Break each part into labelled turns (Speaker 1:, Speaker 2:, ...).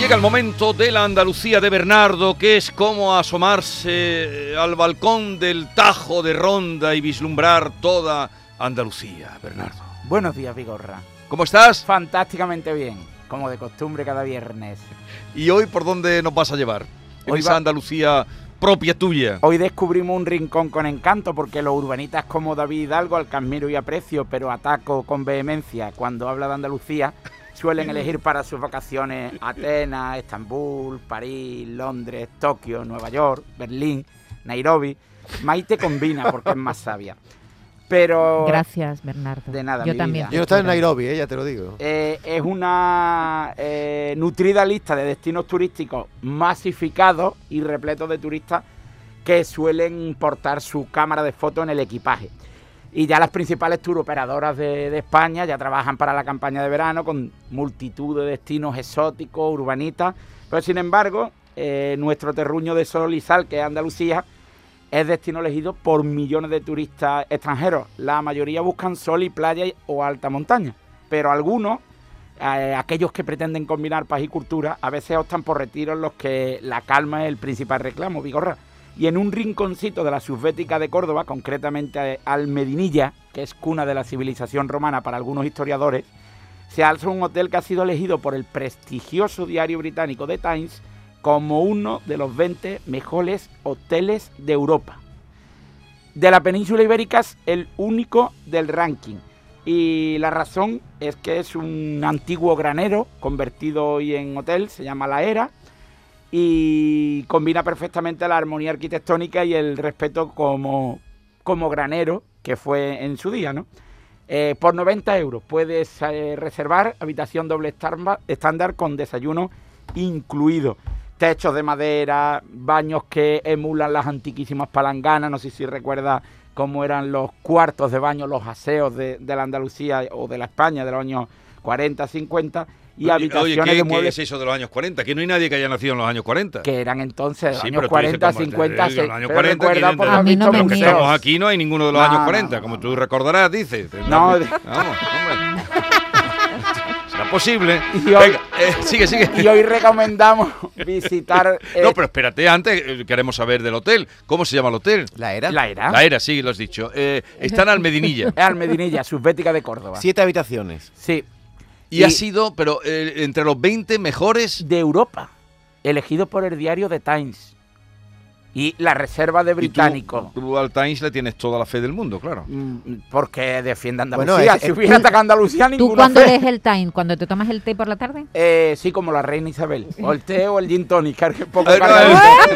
Speaker 1: llega el momento de la Andalucía de Bernardo, que es como asomarse eh, al balcón del Tajo de Ronda y vislumbrar toda Andalucía, Bernardo.
Speaker 2: Buenos días, Vigorra.
Speaker 1: ¿Cómo estás?
Speaker 2: Fantásticamente bien, como de costumbre cada viernes.
Speaker 1: ¿Y hoy por dónde nos vas a llevar? En hoy esa va... Andalucía propia tuya.
Speaker 2: Hoy descubrimos un rincón con encanto porque los urbanitas como David Hidalgo al admiro y aprecio, pero ataco con vehemencia cuando habla de Andalucía, suelen elegir para sus vacaciones Atenas, Estambul, París, Londres, Tokio, Nueva York, Berlín, Nairobi. Maite combina porque es más sabia. Pero
Speaker 3: gracias Bernardo
Speaker 2: de nada
Speaker 3: yo
Speaker 2: mi
Speaker 3: también
Speaker 2: vida.
Speaker 4: yo no estaba en Nairobi eh, ya te lo digo
Speaker 2: eh, es una eh, nutrida lista de destinos turísticos masificados y repletos de turistas que suelen portar su cámara de fotos en el equipaje y ya las principales tour operadoras de, de España ya trabajan para la campaña de verano con multitud de destinos exóticos urbanitas pero sin embargo eh, nuestro terruño de sol y sal que es Andalucía es destino elegido por millones de turistas extranjeros. La mayoría buscan sol y playa o alta montaña, pero algunos, eh, aquellos que pretenden combinar paz y cultura, a veces optan por retiros en los que la calma es el principal reclamo, Vigorra. Y en un rinconcito de la subbética de Córdoba, concretamente al Medinilla, que es cuna de la civilización romana para algunos historiadores, se alza un hotel que ha sido elegido por el prestigioso diario británico The Times como uno de los 20 mejores hoteles de Europa. De la península ibérica es el único del ranking. Y la razón es que es un antiguo granero convertido hoy en hotel, se llama La Era, y combina perfectamente la armonía arquitectónica y el respeto como, como granero que fue en su día. ¿no? Eh, por 90 euros puedes eh, reservar habitación doble estándar con desayuno incluido techos de madera, baños que emulan las antiquísimas palanganas, no sé si recuerda cómo eran los cuartos de baño, los aseos de, de la Andalucía o de la España de los años 40, 50. Y
Speaker 1: Oye,
Speaker 2: habitaciones
Speaker 1: oye, ¿qué,
Speaker 2: de muebles
Speaker 1: ¿qué es eso de los años 40? Que no hay nadie que haya nacido en los años 40.
Speaker 2: que eran entonces los
Speaker 1: Sí,
Speaker 2: años
Speaker 1: pero tú dices
Speaker 2: 40,
Speaker 1: como-
Speaker 2: 50,
Speaker 1: en los años
Speaker 2: pero
Speaker 1: 40,
Speaker 2: recuerda
Speaker 1: ¿quién
Speaker 2: por
Speaker 1: entra?
Speaker 2: lo
Speaker 3: A mí no
Speaker 2: visto
Speaker 3: me
Speaker 1: Aunque
Speaker 2: museos.
Speaker 3: Dios.
Speaker 1: estamos aquí, no hay ninguno de los
Speaker 2: No,
Speaker 1: años
Speaker 2: no,
Speaker 1: 40,
Speaker 2: no,
Speaker 1: como
Speaker 2: no.
Speaker 1: tú recordarás, dices.
Speaker 2: No, de-
Speaker 1: Vamos, hombre. Será posible.
Speaker 2: Y hoy-
Speaker 1: Venga, eh, sigue, sigue.
Speaker 2: Y hoy recomendamos visitar eh,
Speaker 1: No, pero espérate, antes eh, queremos saber del hotel. ¿Cómo se llama el hotel?
Speaker 4: la era
Speaker 2: la era,
Speaker 1: La E- era, sí, lo has dicho. Eh, están al Medinilla.
Speaker 2: es Almedinilla, subbética de Córdoba.
Speaker 4: siete habitaciones
Speaker 2: sí,
Speaker 1: Y,
Speaker 2: Y-
Speaker 1: ha sido, pero eh, entre los 20 mejores.
Speaker 2: de Europa, elegido por el diario The Times. Y la reserva de británico.
Speaker 1: Y tú, tú al Times le tienes toda la fe del mundo, claro.
Speaker 2: Mm, Porque defiende a
Speaker 4: Bueno,
Speaker 2: Andalucía.
Speaker 4: es-
Speaker 2: si
Speaker 4: es-
Speaker 2: hubiera atacado a Andalucía,
Speaker 3: tú
Speaker 2: ninguno.
Speaker 3: cuando
Speaker 2: hace-
Speaker 3: lees el time cuando te tomas el té por la tarde
Speaker 2: Eh, sí, como la reina Isabel. O el té o el gin tonic. cargue poco
Speaker 1: A ver,
Speaker 2: carga
Speaker 1: a ver.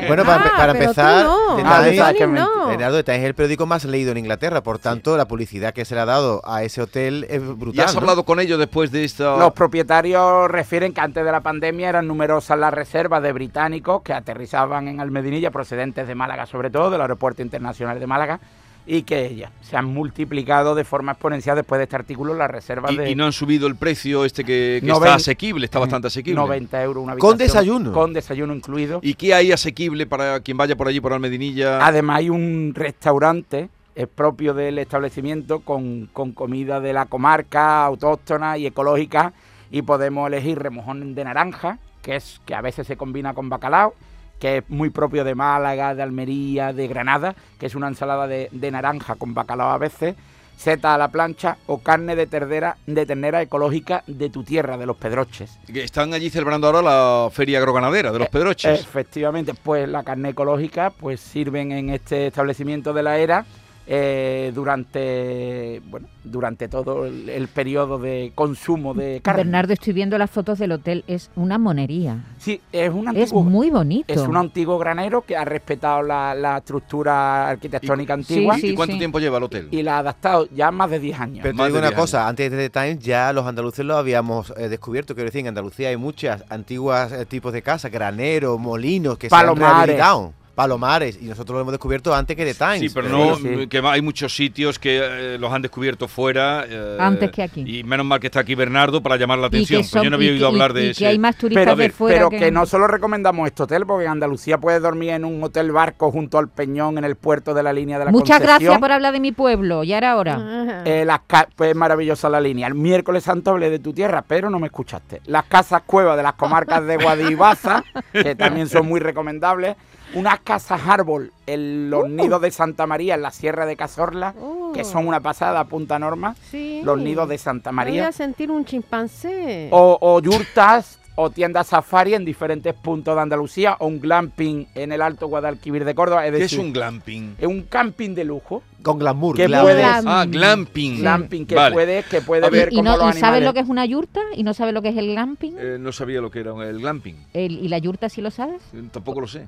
Speaker 2: de-
Speaker 4: Bueno, para- para
Speaker 5: Eh, ah, pero tú
Speaker 4: empezar,
Speaker 5: no.
Speaker 4: de
Speaker 5: Ah,
Speaker 2: nada,
Speaker 5: de
Speaker 2: sabes que
Speaker 5: Sony no.
Speaker 4: Leonardo está es el periódico más leído en Inglaterra por tanto la publicidad que se le ha dado a ese hotel es brutal
Speaker 1: ¿Y has
Speaker 4: ¿no?
Speaker 1: hablado con ellos después de esta.?
Speaker 2: Los propietarios refieren que antes de la pandemia eran numerosas las reservas de británicos que aterrizaban en Almedinilla, procedentes de Málaga, sobre todo del Aeropuerto Internacional de Málaga, y que ellas se han multiplicado de forma exponencial después de este artículo las reservas
Speaker 1: Y,
Speaker 2: de
Speaker 1: y no han subido el precio este que, que
Speaker 2: Noven-
Speaker 1: está asequible, está bastante asequible.
Speaker 2: 90 euros una
Speaker 4: Con
Speaker 2: habitación.
Speaker 4: desayuno.
Speaker 2: Con desayuno incluido.
Speaker 1: ¿Y qué hay asequible para quien vaya por allí, por Almedinilla?
Speaker 2: Además hay un restaurante es propio del establecimiento con, con comida de la comarca autóctona y ecológica y podemos elegir remojón de naranja, que es que a veces se combina con bacalao, que es muy propio de Málaga, de Almería, de Granada, que es una ensalada de, de naranja con bacalao a veces, seta a la plancha o carne de ternera, de ternera ecológica de tu tierra, de los Pedroches.
Speaker 1: Que Están allí celebrando ahora la feria agroganadera de
Speaker 3: Eh,
Speaker 1: los Pedroches.
Speaker 2: Efectivamente, pues la carne ecológica pues sirven en este establecimiento de la era eh, durante bueno durante todo el, el periodo de consumo de carne.
Speaker 3: Bernardo estoy viendo las fotos del hotel es una monería
Speaker 2: Sí, es un
Speaker 3: es
Speaker 2: antiguo
Speaker 3: muy bonito
Speaker 2: es un antiguo granero que ha respetado la, la estructura arquitectónica antigua
Speaker 1: ¿Y-
Speaker 3: Sí,
Speaker 1: ¿Y cuánto
Speaker 3: sí.
Speaker 1: tiempo lleva el hotel?
Speaker 2: y la ha adaptado ya más de 10 años.
Speaker 4: pero te
Speaker 1: Más
Speaker 4: digo
Speaker 1: de
Speaker 4: una
Speaker 1: 10
Speaker 4: cosa, antes de The Times ya los andaluces lo habíamos eh, descubierto. Quiero decir, en Andalucía hay muchas antiguas eh, tipos de casas, graneros, molinos que se han
Speaker 2: Palomares.
Speaker 4: rehabilitado. Palomares, y nosotros lo hemos descubierto antes que The Times.
Speaker 1: Sí, pero
Speaker 4: Eh,
Speaker 1: no,
Speaker 2: Sí, sí.
Speaker 1: que hay muchos sitios que eh, los han descubierto fuera. eh,
Speaker 3: Antes que aquí.
Speaker 1: Y menos mal que está aquí Bernardo para llamar la atención.
Speaker 3: que
Speaker 1: pues yo no había
Speaker 3: y
Speaker 1: oído
Speaker 3: que-
Speaker 1: hablar
Speaker 3: y-
Speaker 1: de
Speaker 3: y
Speaker 1: ese.
Speaker 3: que hay más turistas
Speaker 2: Pero,
Speaker 3: de
Speaker 2: que, pero
Speaker 3: fuera
Speaker 2: que no solo recomendamos este hotel, porque en Andalucía puedes dormir en un hotel barco junto al Peñón, en el puerto de la línea de la
Speaker 3: Muchas gracias
Speaker 2: Concepción.
Speaker 3: por hablar de mi pueblo, ya era hora.
Speaker 5: Ajá.
Speaker 2: Eh, las ca- pues maravillosa la línea. El miércoles santo hablé de tu tierra, pero no me escuchaste. Las casas cuevas de las comarcas de Guadibaza, que también son muy recomendables. Unas casas árbol en los nidos de Santa María, en la Sierra de Cazorla,
Speaker 5: Oh,
Speaker 2: que son una pasada a punta norma.
Speaker 5: sí.
Speaker 2: Los nidos de Santa
Speaker 5: Voy
Speaker 2: María. Oh,
Speaker 5: a sentir un chimpancé.
Speaker 2: O, o yurtas o tiendas safari en diferentes puntos de Andalucía, o un glamping en el Alto Guadalquivir de Córdoba. Es
Speaker 1: ¿Qué
Speaker 2: decir,
Speaker 1: es un glamping?
Speaker 2: es un camping de lujo.
Speaker 4: Con glamour.
Speaker 2: Que
Speaker 4: glamour.
Speaker 2: puedes-
Speaker 3: Glam-
Speaker 1: Ah, glamping.
Speaker 2: Glamping que
Speaker 1: Vale.
Speaker 2: puede, que puede
Speaker 1: A ver,
Speaker 2: ver
Speaker 3: Mm. Y,
Speaker 2: cómo
Speaker 3: no,
Speaker 2: los
Speaker 3: ¿Y sabes
Speaker 2: animales-
Speaker 3: lo que es una yurta? ¿Y no sabes lo que es el glamping?
Speaker 1: Eh, no sabía lo que era el glamping.
Speaker 3: El- ¿Y la yurta sí lo sabes?
Speaker 1: Eh, Tampoco lo sé.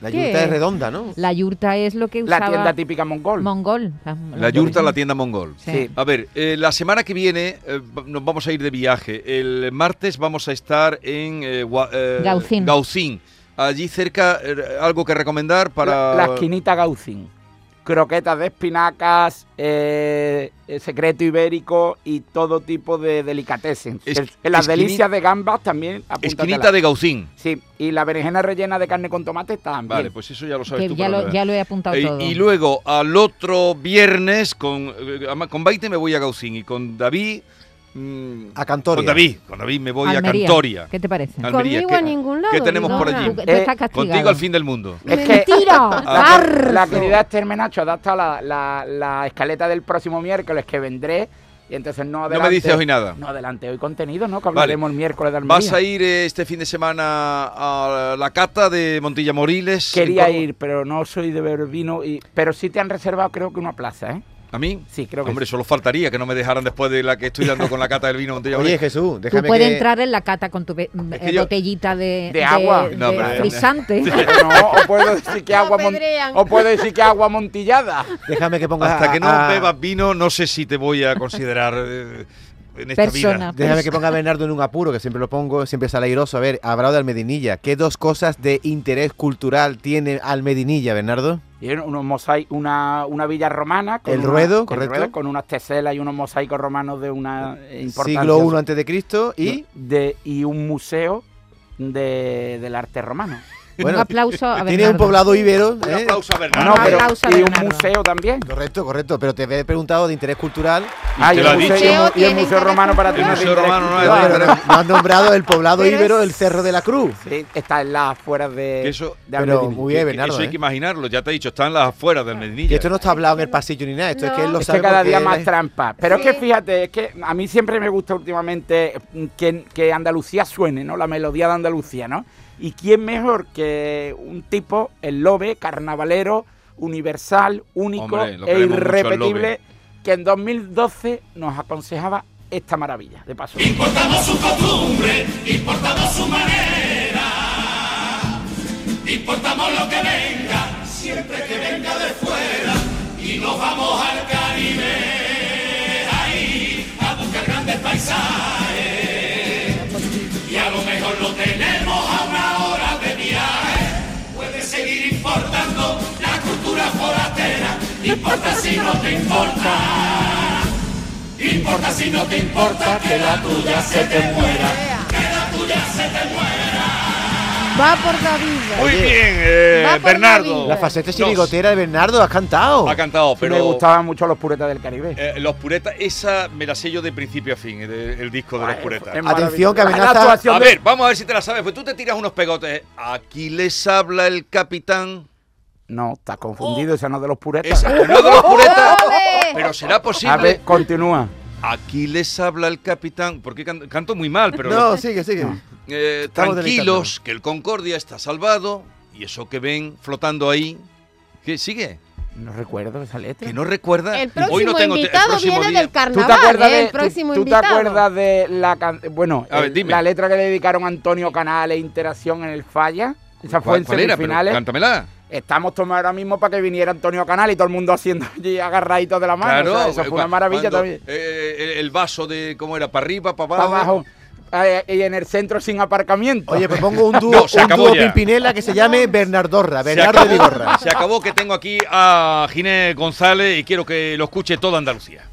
Speaker 4: La
Speaker 5: ¿Qué?
Speaker 4: yunta es redonda, ¿no?
Speaker 3: La yurta es lo que usaba
Speaker 2: La tienda típica mongol.
Speaker 3: mongol.
Speaker 1: La yurta, la tienda mongol.
Speaker 2: Sí.
Speaker 1: A ver, eh, la semana que viene eh, va- nos vamos a ir de viaje. El martes vamos a estar en eh, Gua- eh,
Speaker 3: Gaucín.
Speaker 1: Gaucín. Allí cerca, eh, algo que recomendar para...
Speaker 2: La, la esquinita Gaucín. Croquetas de espinacas, eh, eh, secreto ibérico y todo tipo de delicatessen.
Speaker 1: Es-
Speaker 2: El- las
Speaker 1: esquini-
Speaker 2: delicias de gambas también.
Speaker 1: Esquinita
Speaker 2: apúntatela.
Speaker 1: de Gaucín.
Speaker 2: Sí, y la berenjena rellena de carne con tomate también.
Speaker 1: Vale, pues eso ya lo sabes
Speaker 3: Que
Speaker 1: tú.
Speaker 3: ya,
Speaker 1: para
Speaker 3: lo,
Speaker 1: ver.
Speaker 3: ya lo he apuntado
Speaker 1: Eh,
Speaker 3: todo.
Speaker 1: y luego al otro viernes con, eh, ama- con Baite me voy a Gaucín y con David... mm,
Speaker 4: A Cantoria.
Speaker 1: Con David, con David me voy
Speaker 3: Almería.
Speaker 1: a Cantoria.
Speaker 3: ¿Qué te parece?
Speaker 1: Al- Almería,
Speaker 5: Conmigo
Speaker 1: ¿qué-
Speaker 5: a ningún lado.
Speaker 1: qué tenemos por
Speaker 5: Vidona.
Speaker 1: allí?
Speaker 3: Tú- tú
Speaker 2: Eh,
Speaker 3: estás castigado.
Speaker 1: Contigo al fin del mundo.
Speaker 2: Es que-
Speaker 5: ¡Mentira!
Speaker 1: ah,
Speaker 2: La,
Speaker 1: pues,
Speaker 2: la
Speaker 5: ¡Zarzo!
Speaker 2: querida Esther Menacho ha hasta la, la- la escaleta del próximo miércoles que vendré. Y entonces no adelante.
Speaker 1: No me dices hoy nada.
Speaker 2: No adelante, hoy contenido, ¿no? Que hablaremos el miércoles de Almería.
Speaker 1: ¿Vas a ir eh, este fin de semana a la cata de Montilla Moriles? en
Speaker 2: Quería
Speaker 1: Córdoba?
Speaker 2: ir, pero no soy de beber vino. Y, pero sí te han reservado, creo que una plaza, ¿eh?
Speaker 1: ¿A mí?
Speaker 2: Sí, creo que
Speaker 1: Hombre,
Speaker 2: sí.
Speaker 1: solo faltaría que no me dejaran después de la que estoy dando con la cata del vino Montilla
Speaker 4: Oye,
Speaker 1: Moriles.
Speaker 4: Jesús,
Speaker 3: Tú
Speaker 4: déjame
Speaker 3: puedes
Speaker 4: que-
Speaker 3: entrar en la cata con tu be- mm,
Speaker 1: Es que
Speaker 3: eh,
Speaker 1: yo-
Speaker 3: botellita de,
Speaker 2: De agua.
Speaker 3: de-
Speaker 1: No,
Speaker 3: de
Speaker 1: pero-
Speaker 3: frisante.
Speaker 2: O no, o puedo decir que
Speaker 5: Lo
Speaker 2: agua mon- Oh.
Speaker 5: apedrean.
Speaker 2: o puedo decir que agua amontillada.
Speaker 4: Déjame que pongas
Speaker 1: Hasta
Speaker 4: a-
Speaker 1: que no
Speaker 4: a-
Speaker 1: bebas vino, no sé si te voy a considerar eh, en esta vida.
Speaker 3: Persona.
Speaker 4: Déjame que ponga a Bernardo en un apuro, que siempre lo pongo, siempre sale airoso. A ver, hablado de Almedinilla. ¿Qué dos cosas de interés cultural tiene Almedinilla, Bernardo?
Speaker 2: Y un- unos mosai- una, una villa romana.
Speaker 4: El
Speaker 2: una-
Speaker 4: ruedo, correcto.
Speaker 2: con unas teselas y unos mosaicos romanos de una eh, importancia.
Speaker 4: Siglo I antes de Cristo y...
Speaker 2: de, y un museo de, del arte romano.
Speaker 3: un
Speaker 4: Bueno,
Speaker 3: aplauso a
Speaker 4: tiene un
Speaker 3: Bernardo.
Speaker 4: poblado ibero,
Speaker 1: Un
Speaker 4: ¿eh?
Speaker 1: aplauso a
Speaker 2: No,
Speaker 1: Bernardo.
Speaker 2: pero,
Speaker 3: aplauso a
Speaker 2: y un
Speaker 3: Bernardo.
Speaker 2: museo también.
Speaker 4: Correcto, correcto, pero te he preguntado de interés cultural.
Speaker 2: Ah, y
Speaker 1: te
Speaker 2: el
Speaker 1: lo ha
Speaker 2: museo,
Speaker 1: dicho.
Speaker 2: y el mu- y el
Speaker 5: Tiene
Speaker 2: museo
Speaker 5: interés
Speaker 2: romano para ti
Speaker 1: El
Speaker 2: no es de
Speaker 1: museo
Speaker 2: interés
Speaker 1: romano no es-
Speaker 4: No,
Speaker 2: cultural.
Speaker 4: no, no, no has nombrado el poblado
Speaker 5: Pero
Speaker 4: ibero
Speaker 5: es-
Speaker 4: del Cerro de la Cruz.
Speaker 2: Sí, está en las afueras de,
Speaker 1: Que eso-
Speaker 2: de
Speaker 4: Pero
Speaker 2: Almedina.
Speaker 4: muy
Speaker 1: Que-
Speaker 4: bien,
Speaker 1: que
Speaker 4: Bernardo.
Speaker 1: Eso hay que
Speaker 4: ¿eh?
Speaker 1: imaginarlo, ya te he dicho, están las afueras del
Speaker 4: Y
Speaker 1: Medinilla.
Speaker 4: esto no está hablado en el pasillo ni nada, esto es que él lo
Speaker 2: Es
Speaker 4: sabe.
Speaker 2: que cada
Speaker 4: porque
Speaker 2: día
Speaker 4: él
Speaker 2: más
Speaker 4: es-
Speaker 2: trampa. Pero
Speaker 5: Sí.
Speaker 2: es que fíjate, es que a mí siempre me gusta últimamente mm, que, que Andalucía suene, ¿no? La melodía de Andalucía, ¿no? ¿Y quién mejor que un tipo, el Lobe, carnavalero, universal, único
Speaker 1: Hombre, lo queremos
Speaker 2: e
Speaker 1: mucho al
Speaker 2: irrepetible,
Speaker 1: Lobe.
Speaker 2: que en 2012 nos aconsejaba esta maravilla, de paso.
Speaker 6: Importaba su costumbre, importaba su manera, importamos lo que venga, siempre que venga de fuera, y nos vamos al Caribe, ahí, a buscar grandes paisajes, y a lo mejor lo tenemos a una hora de viaje, puede seguir importando la cultura forastera, importa si no te importa. Importa si no te importa que la tuya se te muera.
Speaker 5: Va por la vida.
Speaker 1: Muy bien, eh,
Speaker 5: Va por
Speaker 1: Bernardo.
Speaker 5: la
Speaker 4: La
Speaker 5: vida.
Speaker 4: faceta
Speaker 1: Nos-
Speaker 4: chirigotera de Bernardo, has cantado.
Speaker 1: Ha cantado, pero...
Speaker 2: Me gustaban mucho los puretas del Caribe.
Speaker 1: eh, los puretas, esa me la sé yo de principio a fin, el, el disco de los puretas.
Speaker 2: Ah, Es
Speaker 4: Atención, que
Speaker 2: maravilloso.
Speaker 4: amenaza-
Speaker 2: La actuación
Speaker 1: A
Speaker 2: de-
Speaker 1: ver, vamos a ver si te la sabes, pues tú te tiras unos pegotes. Aquí les habla el capitán.
Speaker 2: No, está confundido, esa no es de los puretas.
Speaker 1: Esa, que no es de los puretas, pero será
Speaker 2: A ver,
Speaker 1: posible.
Speaker 2: continúa.
Speaker 1: Aquí les habla el capitán, porque can- canto muy mal, pero
Speaker 4: No, sigue, sigue.
Speaker 1: eh,
Speaker 4: estamos
Speaker 1: tranquilos, que el Concordia está salvado y eso que ven flotando ahí, ¿qué sigue?
Speaker 2: No recuerdo esa letra.
Speaker 1: Que no recuerda.
Speaker 5: El próximo
Speaker 1: Hoy no tengo te- el
Speaker 5: invitado
Speaker 1: próximo
Speaker 5: viene
Speaker 1: día.
Speaker 5: del carnaval, ¿eh? el
Speaker 2: tú-
Speaker 5: próximo
Speaker 2: tú,
Speaker 5: invitado.
Speaker 2: te acuerdas de la can- bueno,
Speaker 1: A ver,
Speaker 2: el-
Speaker 1: dime.
Speaker 2: la letra que le dedicaron a Antonio Canales Interacción en el Falla? Esa fue
Speaker 1: ¿Cuál,
Speaker 2: en
Speaker 1: cuál era? Pero
Speaker 2: semifinales.
Speaker 1: cántamela.
Speaker 2: Estamos tomando ahora mismo para que viniera Antonio Canales y todo el mundo haciendo allí agarraditos de la mano.
Speaker 1: Claro,
Speaker 2: o sea, eso
Speaker 1: eh,
Speaker 2: fue una
Speaker 1: cua-
Speaker 2: maravilla
Speaker 1: cuando,
Speaker 2: también.
Speaker 1: eh, el- el vaso de, ¿cómo era? Para arriba, para
Speaker 2: Para
Speaker 1: abajo.
Speaker 2: abajo. eh, y en el centro sin aparcamiento.
Speaker 5: pues
Speaker 4: Oye, propongo un dúo,
Speaker 1: No, se
Speaker 4: un
Speaker 1: acabó
Speaker 4: dúo
Speaker 1: ya.
Speaker 4: Pimpinela que se llame Bernardorra,
Speaker 1: Se
Speaker 4: Bernardo
Speaker 1: acabó,
Speaker 4: de Vigorra.
Speaker 1: se acabó que tengo aquí a Ginés González y quiero que lo escuche toda Andalucía.